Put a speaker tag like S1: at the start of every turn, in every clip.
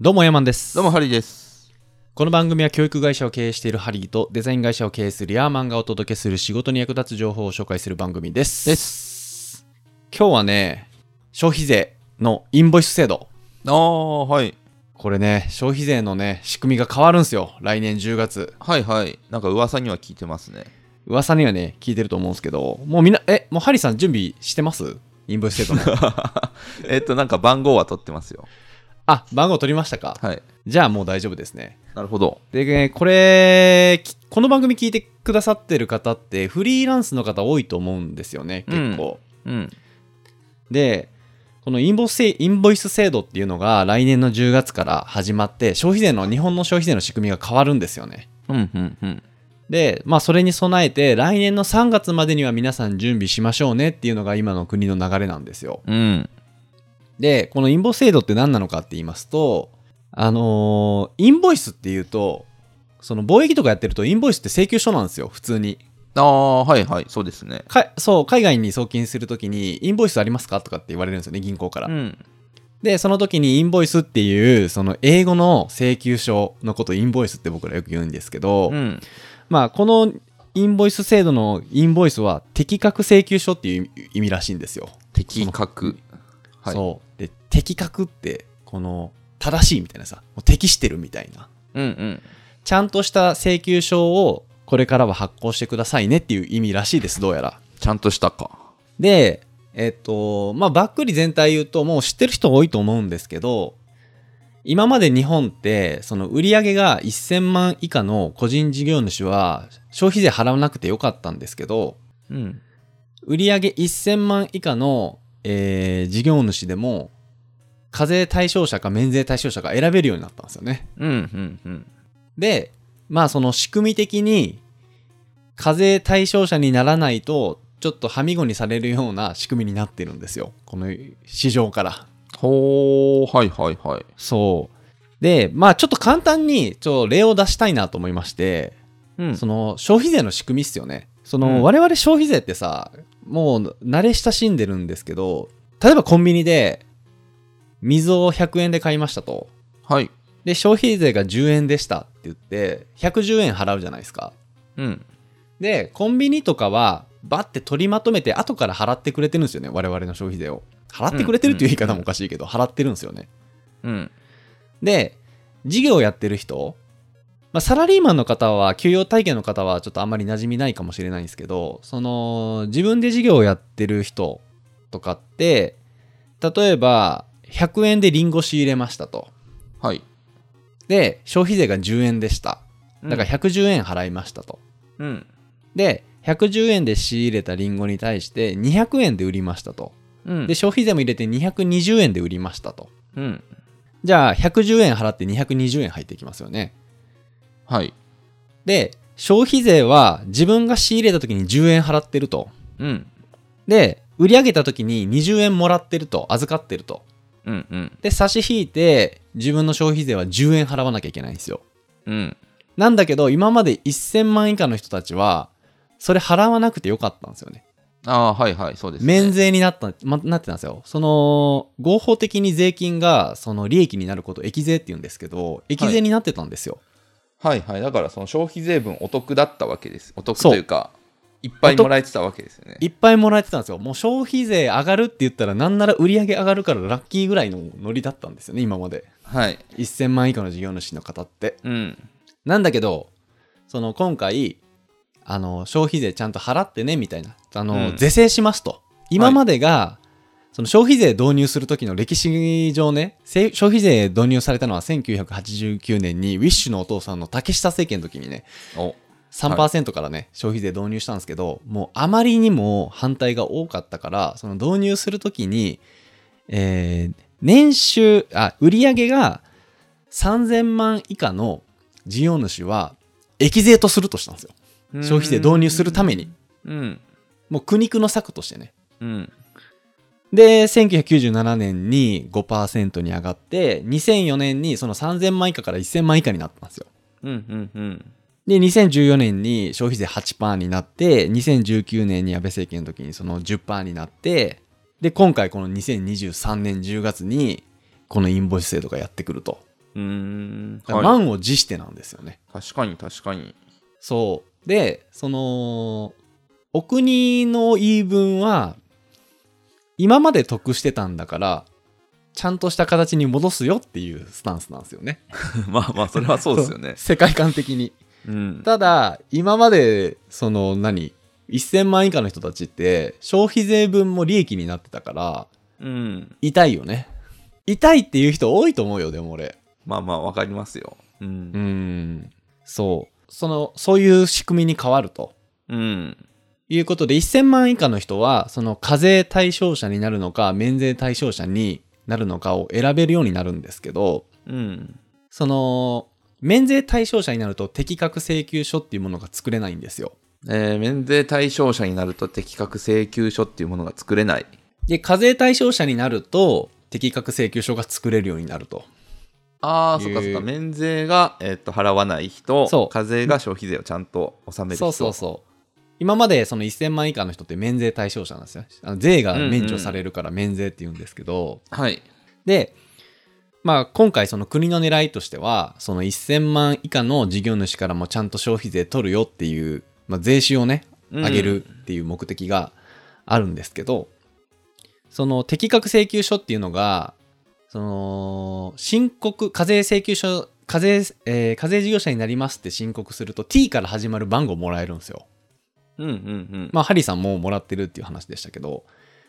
S1: どうもヤマンです
S2: どうもハリーです。
S1: この番組は教育会社を経営しているハリーとデザイン会社を経営するヤーマンがお届けする仕事に役立つ情報を紹介する番組です
S2: です。
S1: 今日はね消費税のインボイス制度
S2: ああはい
S1: これね消費税のね仕組みが変わるんですよ来年10月
S2: はいはいなんか噂には聞いてますね。
S1: 噂にはね聞いてると思うんですけどもうみんなえもうハリーさん準備してますインボイス制度 の
S2: えっとなんか番号は取ってますよ。
S1: あ番号取りましたか
S2: はい。
S1: じゃあもう大丈夫ですね
S2: なるほど。
S1: で、ね、これきこの番組聞いてくださってる方ってフリーランスの方多いと思うんですよね結構、
S2: うん
S1: でこのインボスインボイス制度っていうのが来年の10月から始まって消費税の日本の消費税の仕組みが変わるんですよね
S2: うんうんうん。
S1: でまあそれに備えて来年の3月までには皆さん準備しましょうねっていうのが今の国の流れなんですよ
S2: うん
S1: でこのインボ制度って何なのかって言いますとあのーインボイスっていうとその貿易とかやってるとインボイスって請求書なんですよ普通に
S2: ああはいはいそうですね。
S1: かそう海外に送金するときにインボイスありますかとかって言われるんですよね銀行から、
S2: ん
S1: でその時にインボイスっていうその英語の請求書のことインボイスって僕らよく言うんですけど、
S2: うん
S1: まあこのインボイス制度のインボイスは適格請求書っていう意味らしいんですよ、
S2: 的確はい
S1: そうで適格ってこの正しいみたいなさもう適してるみたいな
S2: うんうん
S1: ちゃんとした請求書をこれからは発行してくださいねっていう意味らしいですどうやら
S2: ちゃんとしたか。
S1: で、えっと、まあ、ばっくり全体言うと、もう知ってる人多いと思うんですけど、今まで日本って、その売り上げが1000万以下の個人事業主は、消費税払わなくてよかったんですけど、
S2: うん
S1: 売り上げ1000万以下の、えー事業主でも、課税対象者か免税対象者か選べるようになったんですよね。
S2: うんうんうん
S1: で、まあその仕組み的に課税対象者にならないと、ちょっとはみごにされるような仕組みになってるんですよ。この市場から。
S2: ほーはいはいはい。
S1: そう。で、まあちょっと簡単にちょっと例を出したいなと思いまして、
S2: うん
S1: その消費税の仕組みっすよね。その、
S2: うん
S1: 我々消費税ってさ、もう慣れ親しんでるんですけど、例えばコンビニで水を100円で買いましたと。
S2: はい。
S1: で、消費税が10円でしたって言って、110円払うじゃないですか。
S2: うん
S1: でコンビニとかはバッて取りまとめて後から払ってくれてるんですよね我々の消費税を払ってくれてるっていう言い方もおかしいけど、払ってるんですよね
S2: うん
S1: で事業をやってる人、まあ、サラリーマンの方は給与体系の方はちょっとあんまり馴染みないかもしれないんですけどその自分で事業をやってる人とかって例えば100円でリンゴ仕入れましたと
S2: はい。
S1: で消費税が10円でしただから
S2: ら
S1: 110円払いましたと、
S2: うん
S1: で110円で仕入れたリンゴに対して200円で売りましたと
S2: うん
S1: で消費税も入れて220円で売りましたと
S2: うん
S1: じゃあ110円払って220円入ってきますよね
S2: はい
S1: で消費税は自分が仕入れた時に10円払ってると
S2: うん
S1: で売り上げた時に20円もらってると預かってると
S2: うんうん
S1: で差し引いて自分の消費税は10円払わなきゃいけないんですよ
S2: うん
S1: なんだけど今まで1000万以下の人たちはそれ払わなくてよかったんですよね
S2: ああはいはいそうですね。
S1: 免税になった、ま、なってたんですよ。その、合法的に税金が、その利益になること、益税って言うんですけど、益税になってたんですよ。
S2: はいはい、だからその消費税分お得だったわけです。お得
S1: そう
S2: というか、いっぱいもらえてたわけですよね
S1: い、。っぱいもらえてたんですよ。もう消費税上がるって言ったら、なんなら売り上げ上がるからラッキーぐらいのノリだったんですよね、今まで。
S2: はい。
S1: 1000万以下の事業主の方って。
S2: うん。
S1: なんだけど、その、今回、あの、消費税ちゃんと払ってね、みたいな。あの、
S2: うん
S1: 是正しますと。今までが、その消費税導入する時の歴史上ね、せ消費税導入されたのは1989年に、ウィッシュのお父さんの竹下政権の時にね、
S2: お
S1: 3%からね、消費税導入したんですけど、もうあまりにも反対が多かったから、その導入するときに、えー年収、あ、売上が3000万以下の事業主は、益税とするとしたんですよ。消費税導入するために。
S2: うん。
S1: もう苦肉の策としてね。
S2: うん。
S1: で、1997年に5%に上がって、2004年にその3000万以下から1000万以下になったんですよ。
S2: うん。うん。うん。
S1: で、2014年に消費税8%になって、2019年に安倍政権の時にその10%になって、で、今回この2023年10月に、このインボイス制度がやってくると。
S2: うーん。
S1: だから
S2: はい
S1: 満を持してなんですよね。
S2: 確かに確かに。
S1: そう。で、その、お国の言い分は、今まで得してたんだから、ちゃんとした形に戻すよっていうスタンスなんですよ ね。
S2: まあまあ、それはそうですよね
S1: そう。世界観的に。
S2: うん。
S1: ただ、今まで、その、何、1000万以下の人たちって、消費税分も利益になってたから、
S2: うん。
S1: 痛いよね。痛いっていう人多いと思うよ、でも俺。
S2: まあまあ、わかりますよ。う。
S1: うんん。そう。その、そういう仕組みに変わると。
S2: うん。
S1: いうことで、1000万以下の人は、その課税対象者になるのか、免税対象者になるのかを選べるようになるんですけど、
S2: うん。
S1: その、免税対象者になると適格請求書っていうものが作れないんですよ。
S2: えー免税対象者になると適格請求書っていうものが作れない。
S1: で、課税対象者になると、適格請求書が作れるようになると。
S2: ああ、
S1: えー
S2: そっかそっか。免税が、えっと払わない人
S1: そう
S2: 課税が消費税をちゃんと納める
S1: そ
S2: 人。
S1: うそうそう。今までその1000万以下の人って免税対象者なんですよ。あの税が免除されるから免税って言うんですけど、
S2: はい。
S1: で、まあ、今回その国の狙いとしてはその1000万以下の事業主からもちゃんと消費税取るよっていう、まあ、税収をね
S2: うん
S1: 上げるっていう目的があるんですけど、その適格請求書っていうのがその申告課税請求書課税,、えー課税事業者になりますって申告すると T から始まる番号もらえるんですよ。
S2: うんうんうん。
S1: まあハリーさんももらってるっていう話でしたけど、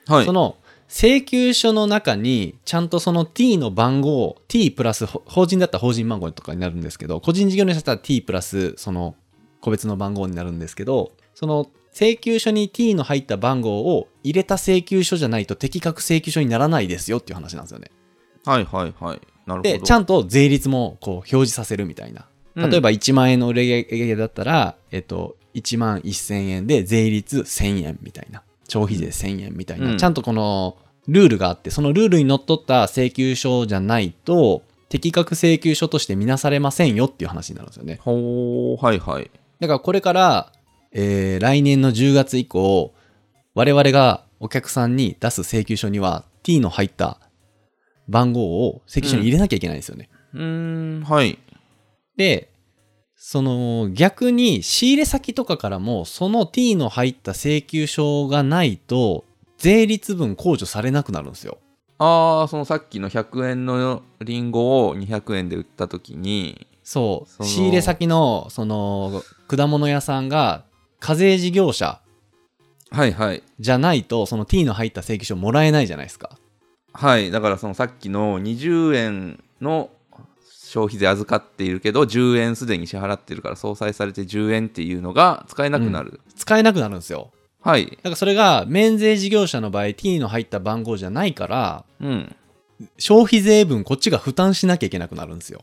S2: はい
S1: そ。の請求書の中にちゃんとその T の番号 T プラスほ法人だったら法人番号とかになるんですけど個人事業主だったら T プラスその個別の番号になるんですけどその請求書に T の入った番号を入れた請求書じゃないと適格請求書にならないですよっていう話なんですよね。
S2: はいはいはい。なるほど。
S1: でちゃんと税率もこう表示させるみたいな。例えば1万円の売り上げだったら、えっと、1万1000円で税率1000円みたいな消費税1000円みたいな、
S2: うん
S1: ちゃんとこのルールがあってそのルールにのっとった請求書じゃないと適格請求書として見なされませんよっていう話になるんですよね
S2: ほー、はいはい。
S1: だからこれから、えー来年の10月以降我々がお客さんに出す請求書には T の入った番号を請求書に入れなきゃいけないんですよね、
S2: うーん、はい。
S1: でその逆に仕入れ先とかからもその T の入った請求書がないと税率分控除されなくなるんですよ。
S2: ああ、そのさっきの100円のリンゴを200円で売ったときに、
S1: そう
S2: その
S1: 仕入れ先のその果物屋さんが課税事業者
S2: はいはい。
S1: じゃないとその T の入った請求書もらえないじゃないですか。
S2: はい。だからそのさっきの20円の消費税預かっているけど、10円すでに支払ってるから、相殺されて10円っていうのが使えなくなる。
S1: 使えなくなるんですよ。
S2: はい。
S1: だからそれが免税事業者の場合 T の入った番号じゃないから
S2: うん。
S1: 消費税分こっちが負担しなきゃいけなくなるんですよ。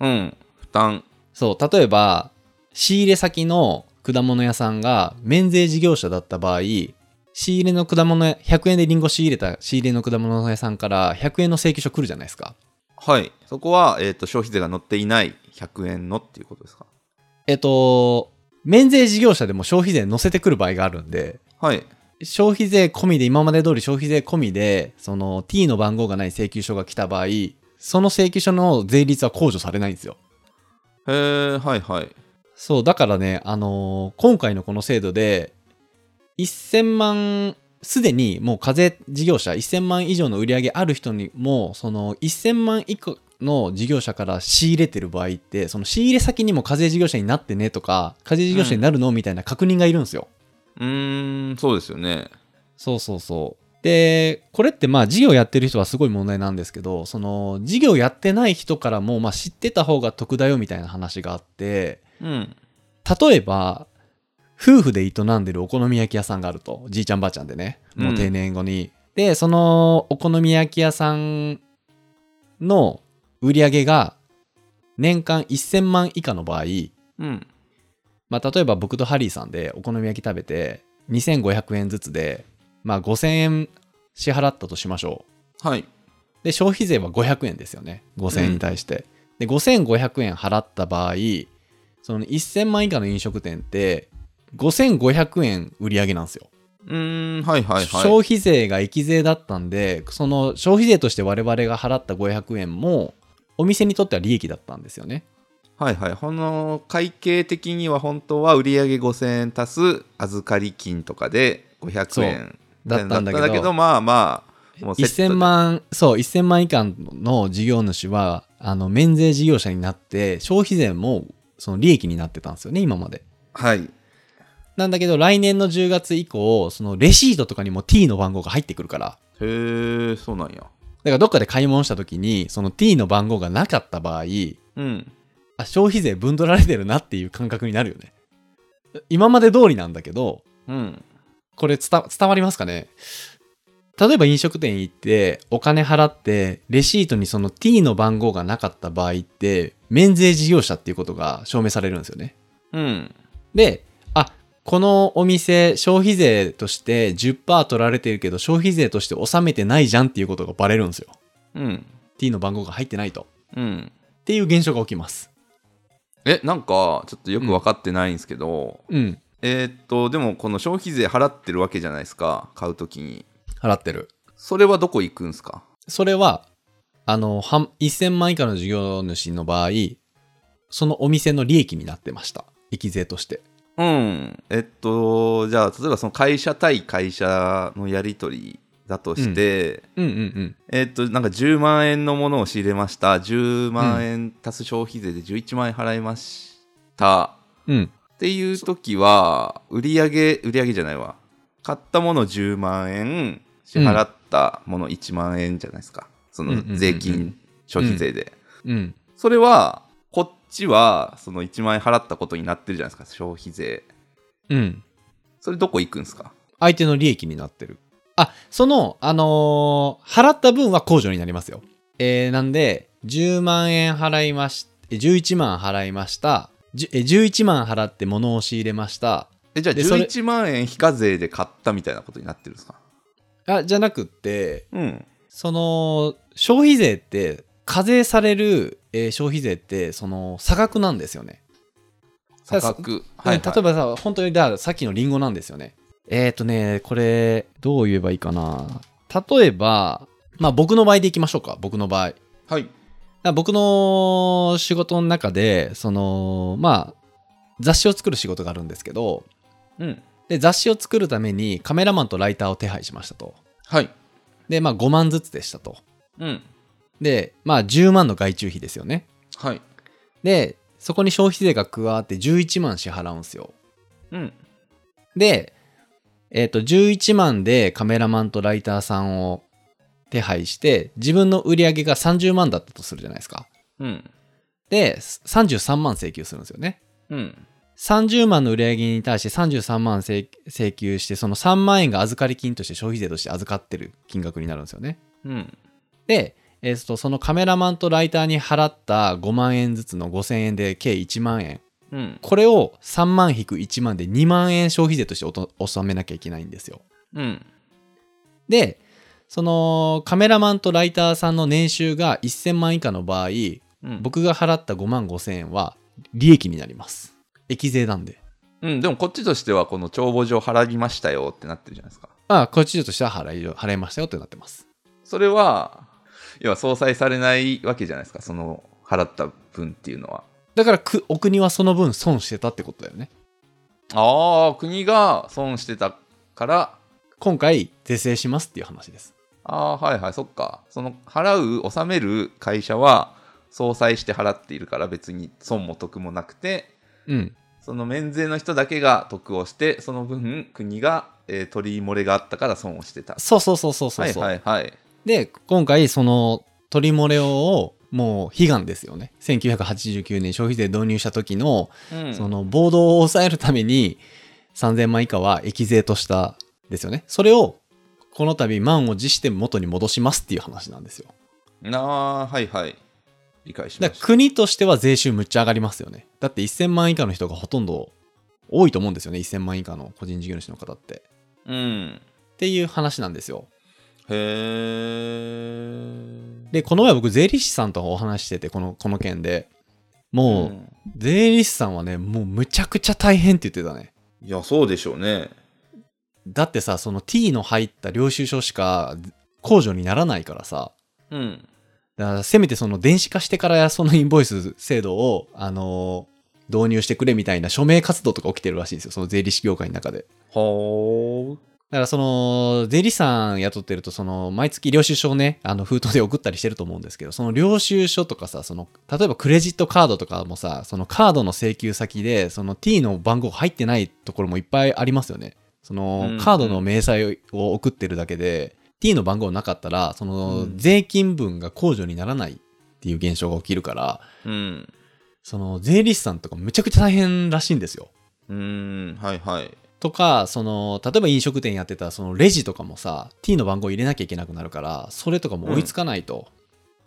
S2: うん。負担。
S1: そう、例えば、仕入れ先の果物屋さんが免税事業者だった場合、仕入れの果物屋、100円でリンゴ仕入れた仕入れの果物屋さんから100円の請求書来るじゃないですか。
S2: はい。そこは、えっ、と、消費税が乗っていない100円のっていうことですか。
S1: えっと、免税事業者でも消費税乗せてくる場合があるんで、
S2: はい。
S1: 消費税込みで、今まで通り消費税込みで、その T の番号がない請求書が来た場合、その請求書の税率は控除されないんですよ。
S2: へえ、はいはい。
S1: そう、だからね、あのー今回のこの制度で、1000万、すでにもう課税事業者、1000万以上の売り上げある人にも、その1000万以下の事業者から仕入れてる場合って、その仕入れ先にも課税事業者になってねとか、課税事業者になるの、みたいな確認がいるんですよ。
S2: うーん、そうですよね。
S1: そうそうそう。で、これってまあ事業やってる人はすごい問題なんですけど、その事業やってない人からも、まあ知ってた方が得だよみたいな話があって、
S2: うん。
S1: 例えば夫婦で営んでるお好み焼き屋さんがあるとじいちゃんばあちゃんでねもう定年後に、でそのお好み焼き屋さんの売り上げが年間1000万以下の場合、
S2: うん。
S1: まあ、例えば僕とハリーさんでお好み焼き食べて2500円ずつで、まあ、5000円支払ったとしましょう
S2: はい。
S1: で消費税は500円ですよね5000円に対して、で5500円払った場合その1000万以下の飲食店って5500円売り上げなんですよ、
S2: うーん、はいはいはい。
S1: 消費税が益税だったんでその消費税として我々が払った500円もお店にとっては利益だったんですよね。
S2: はいはい。この会計的には本当は売上5000円足す預かり金とかで500円
S1: そうだったんだけど
S2: まあまあ、もうセットで
S1: 1000万、そう、1000万以下の事業主は、あの、免税事業者になって、消費税もその利益になってたんですよね、今まで。
S2: はい。
S1: なんだけど、来年の10月以降、そのレシートとかにも T の番号が入ってくるから、
S2: へえ、そうなんや。
S1: だからどっかで買い物した時に、その T の番号がなかった場合、
S2: うん。
S1: あ消費税分取られてるなっていう感覚になるよね。今まで通りなんだけど、
S2: うん。
S1: これ伝伝わりますかね例えば飲食店行ってお金払ってレシートにその T の番号がなかった場合って免税事業者っていうことが証明されるんですよね。
S2: うん。
S1: で、あ、このお店消費税として10%取られてるけど消費税として納めてないじゃんっていうことがバレるんですよ。
S2: うん。
S1: T の番号が入ってないと。
S2: うん。
S1: っていう現象が起きます。
S2: え、なんか、ちょっとよく分かってないんですけど、
S1: うん。
S2: えーっと、でも、この消費税払ってるわけじゃないですか、買うときに。
S1: 払ってる。
S2: それはどこ行くんすか
S1: それは、あの、半1000万以下の事業主の場合、そのお店の利益になってました。益税として。
S2: うん。えっと、じゃあ、例えばその会社対会社のやり取りだとして、
S1: うんうんうん。
S2: えっと、なんか10万円のものを仕入れました。10万円足す消費税で11万円払いました。
S1: うん。
S2: っていう時は、売り上げ、売り上げじゃないわ。買ったもの10万円、支払ったもの1万円じゃないですか。そ
S1: うん
S2: の
S1: うんうんうん
S2: 税金、消費税で。
S1: うん。
S2: それは、こっちは、その1万円払ったことになってるじゃないですか、消費税。
S1: うん。
S2: それどこ行くんですか
S1: 相手の利益になってる。あ、その、あのー払った分は控除になりますよ。えー、なんで、10万円払いまし、え11万払いました。じゅえ11万払って物を仕入れました。
S2: えじゃあ
S1: でそれ
S2: 11万円非課税で買ったみたいなことになってるんですか
S1: あ、じゃなくって、
S2: うん。
S1: その消費税って課税される、えー消費税ってその差額なんですよね。
S2: 差額。
S1: うん例えばさ本当にだからさっきのリンゴなんですよね。えっ、ー、とねこれどう言えばいいかな例えばまあ僕の場合でいきましょうか僕の場合。
S2: は
S1: だ
S2: い。
S1: から僕の仕事の中でそのまあ雑誌を作る仕事があるんですけど
S2: うん。
S1: で雑誌を作るためにカメラマンとライターを手配しましたと。
S2: はい。
S1: でまあ5万ずつでしたと。
S2: うん。
S1: でまあ10万の外注費ですよね。
S2: はい。
S1: で、そこに消費税が加わって11万支払うんすよ。
S2: うん。
S1: で、えっ、と、11万でカメラマンとライターさんを手配して、自分の売り上げが30万だったとするじゃないですか。
S2: うん。
S1: で、33万請求するんですよね。
S2: うん。
S1: 30万の売り上げに対して33万請請求して、その3万円が預かり金として消費税として預かってる金額になるんですよね。
S2: うん。
S1: で、えーとそのカメラマンとライターに払った5万円ずつの5000円で計1万円。
S2: うん。
S1: これを3万引く1万で2万円消費税としておと納めなきゃいけないんですよ。
S2: うん。
S1: で、そのカメラマンとライターさんの年収が1000万以下の場合、
S2: うん、
S1: 僕が払った5万5000円は利益になります。益税なんで。
S2: うん、でもこっちとしては、この帳簿上払いましたよってなってるじゃないですか。
S1: ああ、こっちとしては払いよ払いましたよってなってます。
S2: それは、要は相殺されないわけじゃないですか、その払った分っていうのは。
S1: だからくお国はその分損してたってことだよね。
S2: ああ、国が損してたから、
S1: 今回是正しますっていう話です。
S2: ああー、はいはい、そっか。その払う、納める会社は、相殺して払っているから別に損も得もなくて、
S1: うん。
S2: その免税の人だけが得をして、その分国が、えー取り漏れがあったから損をしてた。
S1: そうそうそうそうそうそう。
S2: はいはいはい。
S1: で今回そのトリモレオをもう悲願ですよね1989年消費税導入した時の、
S2: うん、
S1: その暴動を抑えるために3000万以下は益税としたですよねそれをこの度満を持して元に戻しますっていう話なんですよ
S2: なあはいはい理解しま
S1: だ
S2: し
S1: か
S2: た
S1: ら国としては税収むっちゃ上がりますよねだって1000万以下の人がほとんど多いと思うんですよね1000万以下の個人事業主の方って
S2: うん
S1: っていう話なんですよ
S2: へえ
S1: でこの前僕税理士さんとお話ししててこのこの件でもう、
S2: ん
S1: 税理士さんはねもうむちゃくちゃ大変って言ってたね
S2: いやそうでしょうね
S1: だってさその T の入った領収書しか控除にならないからさ
S2: うん
S1: だからせめてその電子化してからそのインボイス制度を、あのー導入してくれみたいな署名活動とか起きてるらしいんですよ。その税理士業界の中で。
S2: ほう。
S1: だからその税理士さん雇ってるとその毎月領収書をねあの封筒で送ったりしてると思うんですけどその領収書とかさその例えばクレジットカードとかもさそのカードの請求先でその T の番号入ってないところもいっぱいありますよねその
S2: うん
S1: カードの明細を送ってるだけで T の番号なかったらその
S2: うん
S1: 税金分が控除にならないっていう現象が起きるから
S2: うん。
S1: その税理士さんとかめちゃくちゃ大変らしいんですよ
S2: うーん。はいはい。
S1: とかその例えば飲食店やってたらそのレジとかもさ T の番号入れなきゃいけなくなるからそれとかも追いつかないと、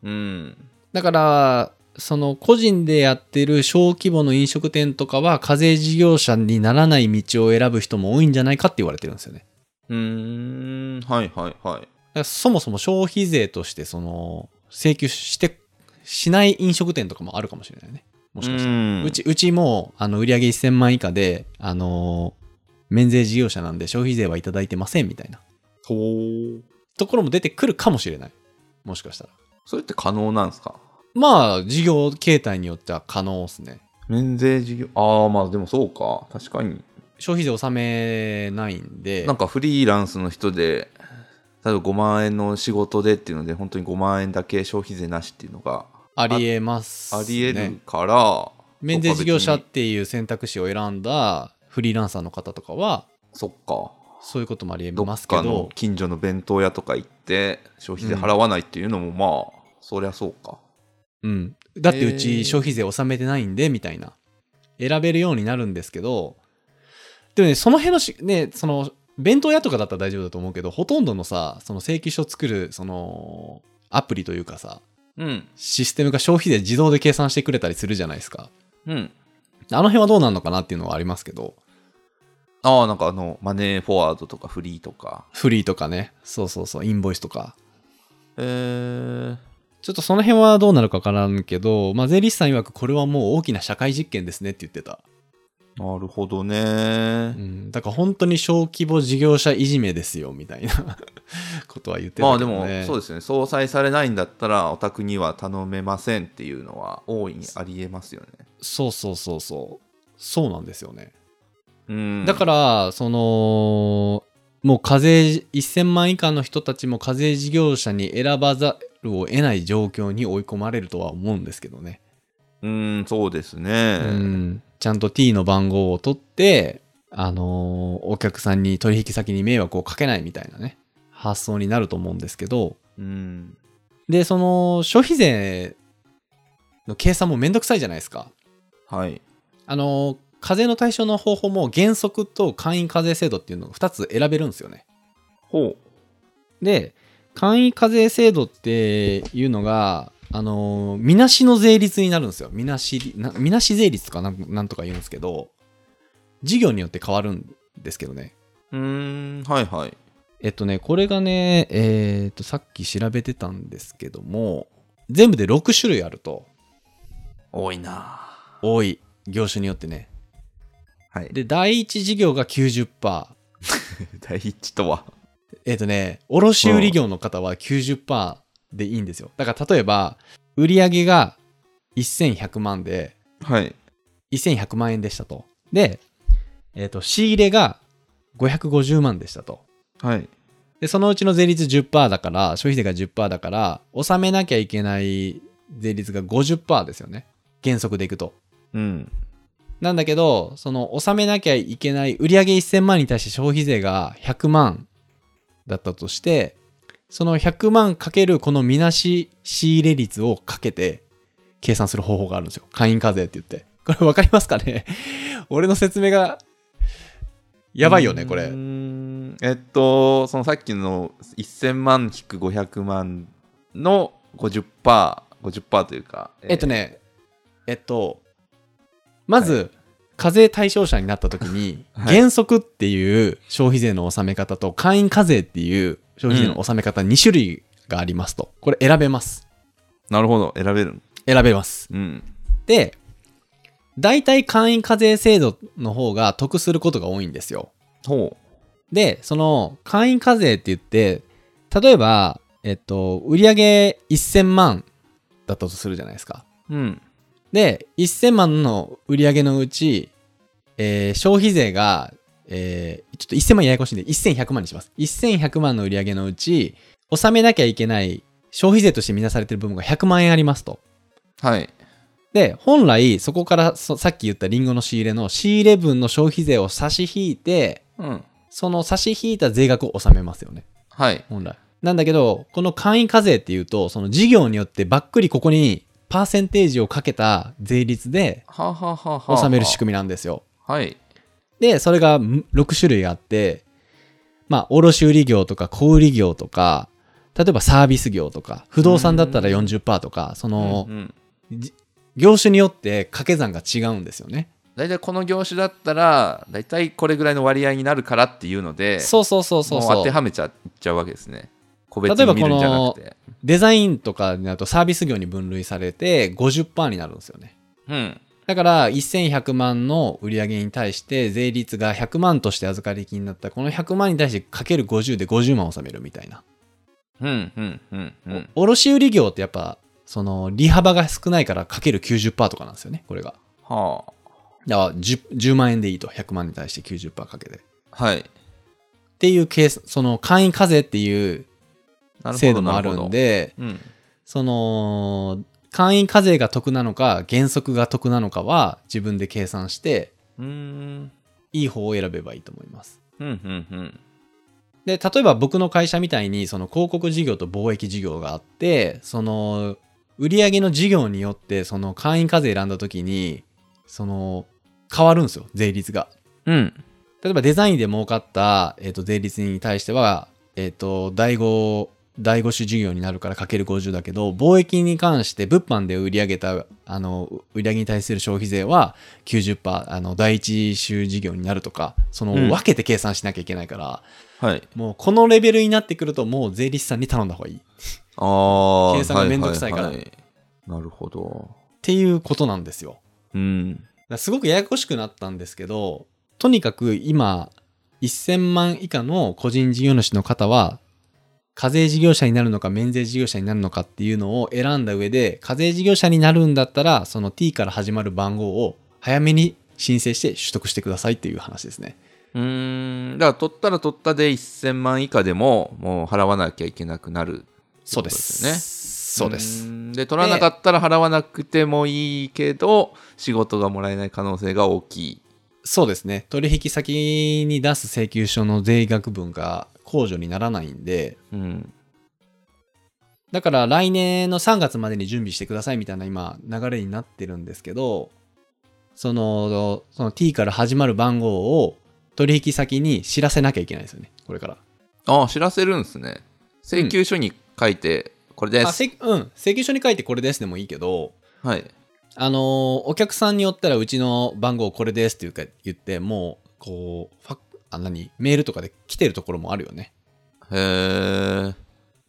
S2: うん。
S1: だからその個人でやってる小規模の飲食店とかは課税事業者にならない道を選ぶ人も多いんじゃないかって言われてるんですよね
S2: うーん。はいはいは
S1: だ
S2: い。
S1: からそもそも消費税としてその請求してしない飲食店とかもあるかもしれないねもしかしたら
S2: う
S1: うち、うちも、あの、売上1000万以下で、あのー免税事業者なんで消費税はいただいてませんみたいな。ところも出てくるかもしれない。もしかしたら。
S2: それって可能なんですか
S1: まあ、事業形態によっては可能ですね。
S2: 免税事業ああまあでもそうか確かに
S1: 消費税納めないんで
S2: なん、かフリーランスの人で例えば5万円の仕事でっていうので本当に5万円だけ消費税なしっていうのが
S1: ありえます、ね。
S2: ありえるから、
S1: 免税事業者
S2: そ
S1: っ
S2: っか
S1: ていう選択肢を選んだフリーランサーの方とかは、
S2: 別にそっか
S1: そういうこともありえ
S2: ど
S1: ま
S2: っ
S1: すけ
S2: か
S1: ど
S2: の、近所の弁当屋とか行って消費税払わないっていうのもまあ、そりゃそうか
S1: うん。だってう
S2: へー
S1: ち消費税納めてないんで、みたいな。選べるようになるんですけど、でもね、その辺のし、ね、その、弁当屋とかだったら大丈夫だと思うけど、ほとんどのさ、その請求書作る、その、アプリというかさ、
S2: うん
S1: システムが消費税自動で計算してくれたりするじゃないですか。
S2: うん
S1: あの辺はどうなるのかなっていうのはありますけど、
S2: ああなんかあのマネーフォワードとかフリーとか
S1: フリーとかね、そうそうそう、インボイスとか。
S2: えー、
S1: ちょっとその辺はどうなるかわからんけど、まあ、税理士さん曰くこれはもう大きな社会実験ですねって言ってた。
S2: なるほどね
S1: うん、だから本当に小規模事業者いじめですよみたいなことは言って
S2: ま
S1: た
S2: あ
S1: け
S2: で
S1: ど、ね、
S2: もそうですね総裁されないんだったらお宅には頼めませんっていうのは大いにありえますよね
S1: そうそうそうそうそうなんですよね、
S2: うん
S1: だかららそのもう課税1000万以下の人たちも課税事業者に選ばざるを得ない状況に追い込まれるとは思うんですけどね、
S2: うんそうですね
S1: うん、ちゃんと T の番号を取ってあのーお客さんに取引先に迷惑をかけないみたいなね発想になると思うんですけど
S2: うん
S1: で、その消費税の計算もめんどくさいじゃないですか。
S2: はい
S1: あの、課税の対象の方法も原則と簡易課税制度っていうのを2つ選べるんですよね。
S2: ほ
S1: で、簡易課税制度っていうのが、あの、みなしの税率になるんですよ。みなし、なみなし税率とかなんなんとか言うんですけど、事業によって変わるんですけどね。
S2: ううーんはいはい
S1: えっとね、これがね、えーっと、さっき調べてたんですけども、全部で6種類あると、
S2: 多いな
S1: 多い。業種によってね。
S2: はい
S1: で、第一事業が90%。
S2: 第一とは
S1: えっ、とね、卸売業の方は90%でいいんですよ。だから例えば、売上が1100万で、
S2: はい
S1: 1100万円でしたと。で、えっ、と、仕入れが550万でしたと。
S2: はい
S1: で、そのうちの税率10%だから、消費税が10%だから、納めなきゃいけない税率が50%ですよね。原則でいくと。
S2: うん
S1: なんだけど、その、納めなきゃいけない売上1000万に対して消費税が100万だったとして、その100万かけるこのみなし仕入れ率をかけて計算する方法があるんですよ。会員課税って言って。これわかりますかね 俺の説明が、やばいよね、こ
S2: う
S1: れ。
S2: ーんえっとそのさっきの1000万引く500万の 50%50% というか
S1: えっとね、えっと、まず、課税対象者になった時に、
S2: はい
S1: 原則っていう消費税の納め方と会員課税っていう消費税の納め方2種類がありますと。これ選べます。
S2: なるほど選べる
S1: 選べます。
S2: うん
S1: で、大体会員課税制度の方が得することが多いんですよ。
S2: ほ
S1: で、その会員課税って言って、例えば、えっと、売上1000万だったとするじゃないですか。
S2: うん。
S1: で、1000万の売り上げのうち、えー消費税が、えーちょっと1000万ややこしいんで、1100万にします。1100万の売り上げのうち、納めなきゃいけない消費税としてみなされてる部分が100万円ありますと。
S2: はい。
S1: で、本来、そこからそさっき言ったリンゴの仕入れの仕入れ分の消費税を差し引いて、
S2: うん。
S1: その差し引いた税額を納めますよね。
S2: はい。
S1: 本来。なんだけど、この簡易課税っていうと、その事業によってばっくりここにパーセンテージをかけた税率で
S2: はあはあはあはあ
S1: 納める仕組みなんですよ。
S2: はい。
S1: で、それがん6種類あって、まあ、卸売業とか小売業とか、例えばサービス業とか、不動産だったら40%とか、その
S2: うんうん
S1: 業種によって掛け算が違うんですよね。
S2: 大体この業種だったら大体これぐらいの割合になるからっていうので
S1: そうそうそうそう
S2: もう
S1: そ
S2: 当て
S1: う。
S2: はめちゃっちゃうわけですね個別
S1: 例えば
S2: に見るんじゃなくて
S1: デザインとかになるとサービス業に分類されて50%になるんですよね。
S2: うん
S1: だから1100万の売り上げに対して税率が100万として預かり金になったこの100万に対してかける50で50万納めるみたいな、
S2: うんうんうんうん
S1: 卸売業ってやっぱその利幅が少ないからかける90%とかなんですよねこれが
S2: は
S1: だから 10, 10万円でいいと100万に対して90%かけてっ
S2: あはい
S1: ていうケースその会員課税っていう
S2: なるほど
S1: 制度もあるんで
S2: なるほど
S1: その会員課税が得なのか原則が得なのかは自分で計算して
S2: うんうーん
S1: いい方を選べばいいと思います
S2: うんうんうん
S1: で例えば僕の会社みたいにその広告事業と貿易事業があってその売上の事業によってその会員課税選んだ時にその変わるんですよ税率が
S2: うん
S1: 例えばデザインで儲かった、えー、と税率に対しては、えっと第5第5種事業になるからかける50だけど貿易に関して物販で売り上げたあの売り上げに対する消費税は90%あの第1種事業になるとかその
S2: うん
S1: 分けて計算しなきゃいけないから、
S2: はい
S1: もうこのレベルになってくるともう税理士さんに頼んだ方がいいっ
S2: ああ
S1: 計算がめんどくさいから
S2: なるほど
S1: ていうことなんですよ。
S2: うん
S1: だからすごくややこしくなったんですけど、とにかく今、1000万以下の個人事業主の方は、課税事業者になるのか免税事業者になるのかっていうのを選んだ上で、課税事業者になるんだったら、その t から始まる番号を早めに申請して取得してくださいっていう話ですね。
S2: うーんだから取ったら取ったで1000万以下でももう払わなきゃいけなくなる
S1: そうです。
S2: ね
S1: そうです。
S2: んで取らなかったら払わなくてもいいけど仕事がもらえない可能性が大きい
S1: そうですね。取引先に出す請求書の税額分が控除にならないんで、
S2: うん
S1: だから来年の3月までに準備してくださいみたいな今流れになってるんですけど、その、その t から始まる番号を取引先に知らせなきゃいけないですよね。これから。
S2: あ知らせるんですね請求書に書いて、これで
S1: あ
S2: す
S1: せうん。請求書に書いてこれですでもいいけど、
S2: はい
S1: あのーお客さんによったらうちの番号これですっていうか言って、もう、こう、ファッあ、何メールとかで来てるところもあるよね。
S2: へえ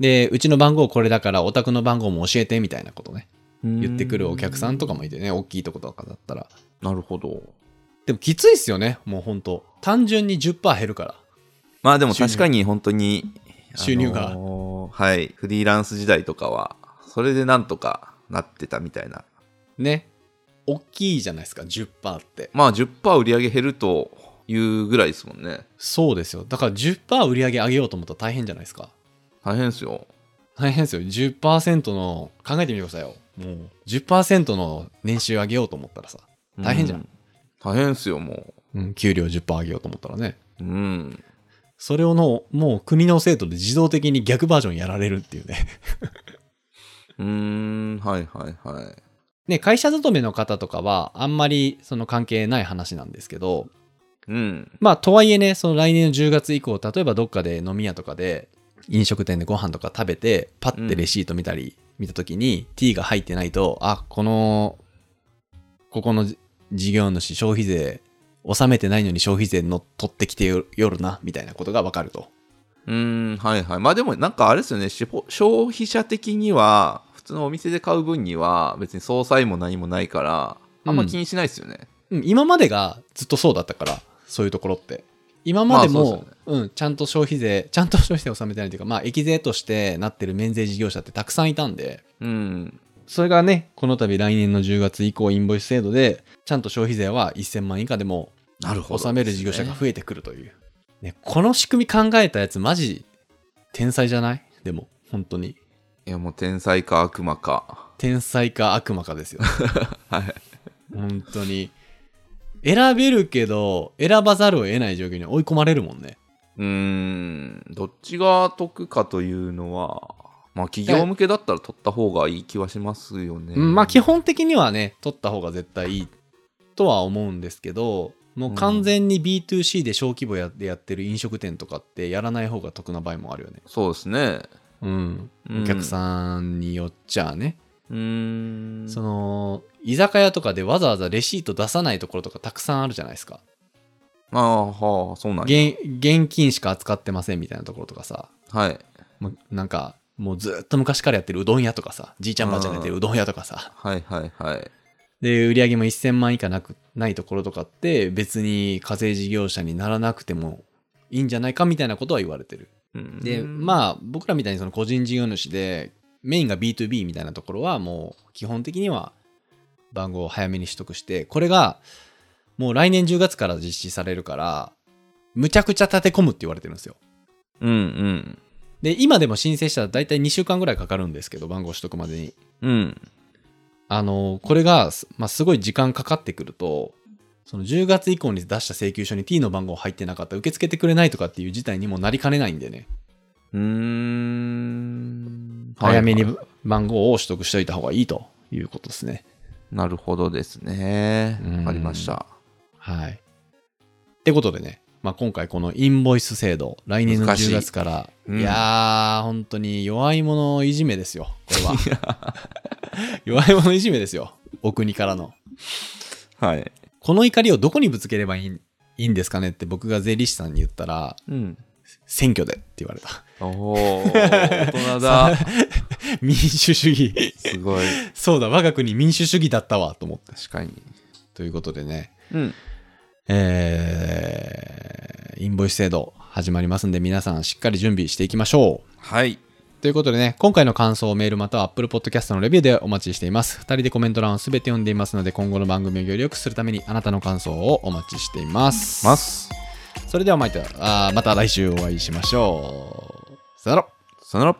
S1: で、うちの番号これだから、お宅の番号も教えてみたいなことね。言ってくるお客さんとかもいてね、大きいとことかだったら。
S2: なるほど
S1: でもきついっすよね、もうほんと。単純に10%減るから。
S2: まあでも確かに本当に
S1: 収入が
S2: あのーはいフリーランス時代とかはそれでなんとかなってたみたいな
S1: ね。大きいじゃないですか、10%って。
S2: まあ10%売り上げ減るというぐらいですもんね
S1: そうですよ。だから10%売り上げ上げようと思ったら大変じゃないですか。
S2: 大変ですよ
S1: 大変ですよ。10%の、考えてみてくださいよ。もう、10%の年収上げようと思ったらさ。大変じゃん
S2: う大変ですよもう
S1: うん、給料10%上げようと思ったらね。
S2: うん。
S1: それをの、もう国の制度で自動的に逆バージョンやられるっていうね。
S2: うーん、はいはいはい。
S1: ね、会社勤めの方とかは、あんまりその関係ない話なんですけど、
S2: うん。
S1: まあ、とはいえね、その来年の10月以降、例えばどっかで飲み屋とかで、飲食店でご飯とか食べて、パッてレシート見たり、見たときに、T が入ってないと、あ、この、ここのじ事業主、消費税、納めてないのに消費税の取ってきてよよるな、みたいなことがわかると。
S2: うーん、はいはい。まあでもなんかあれですよね、しほ消費者的には、普通のお店で買う分には、別に総裁も何もないから、あんま気にしないですよね。
S1: うん、今までがずっとそうだったから、そういうところって。今まで
S2: まあそう
S1: も
S2: で、
S1: うん、ちゃんと消費税、ちゃんと消費税納めてないというか、まあ、益税としてなってる免税事業者ってたくさんいたんで、
S2: うん。
S1: それがね、この度来年の10月以降、インボイス制度で、ちゃんと消費税は1000万以下でも
S2: なるほど
S1: 納める事業者が増えてくるという。ね、この仕組み考えたやつ、マジ、天才じゃないでも、本当に。
S2: いやもう天才か悪魔か
S1: 天才か悪魔かですよ。
S2: はい
S1: 本当に。選べるけど、選ばざるを得ない状況に追い込まれるもんね。
S2: うーんどっちが得かというのはまあ企業向けだったら取った方がいい気はしますよね
S1: うんまあ基本的にはね、取った方が絶対いいとは思うんですけど、もう完全に B2C で小規模やでやってる飲食店とかってやらない方が得な場合もあるよね。
S2: そうですね
S1: うん。
S2: うん
S1: お客さんによっちゃね、
S2: うーん
S1: その、居酒屋とかでわざわざレシート出さないところとかたくさんあるじゃないですか。
S2: ああはあそうなんや
S1: 現現金しか扱ってませんみたいなところとかさ。
S2: はい
S1: もうなんかもうずっと昔からやってるうどん屋とかさじいちゃんばあちゃんがやってるうどん屋とかさ
S2: はいはいはい
S1: で売り上げも1000万以下なくないところとかって別に課税事業者にならなくてもいいんじゃないかみたいなことは言われてる
S2: うん
S1: でまあ僕らみたいにその個人事業主でメインが B2B みたいなところはもう基本的には番号を早めに取得してこれがもう来年10月から実施されるからむちゃくちゃ立て込むって言われてるんですよ
S2: うんうん
S1: で今でも申請したら大体2週間ぐらいかかるんですけど番号取得までに
S2: うん
S1: あのこれが、すまあ、すごい時間かかってくるとその10月以降に出した請求書に T の番号入ってなかったら受け付けてくれないとかっていう事態にもなりかねないんでね、
S2: うーん
S1: 早め
S2: はい
S1: に
S2: はい
S1: 番号を取得しておいた方がいいということですね
S2: なるほどですね
S1: うん
S2: わかりました
S1: はいってことでね、まあ、今回このインボイス制度来年の
S2: 難し
S1: 10
S2: い
S1: 月からい,、
S2: うん
S1: やー本当に弱い者いじめですよこれは 弱い者いじめですよお国からの
S2: はい
S1: この怒りをどこにぶつければいいいいんですかねって僕が税理士さんに言ったら
S2: うん
S1: 選挙でって言われた。
S2: おお大人だ
S1: 民主主義。
S2: すごい
S1: そうだ、我が国民主主義だったわ、と思って。
S2: 確かに
S1: ということでね、
S2: うん
S1: えー、インボイス制度始まりますんで、皆さんしっかり準備していきましょう。
S2: はい
S1: ということでね、今回の感想をメールまたは Apple Podcast のレビューでお待ちしています。2人でコメント欄を全て読んでいますので、今後の番組をより良くするために、あなたの感想をお待ちしています。
S2: ます
S1: それではまたあーまた来週お会いしましょう。さよなら。
S2: さよなら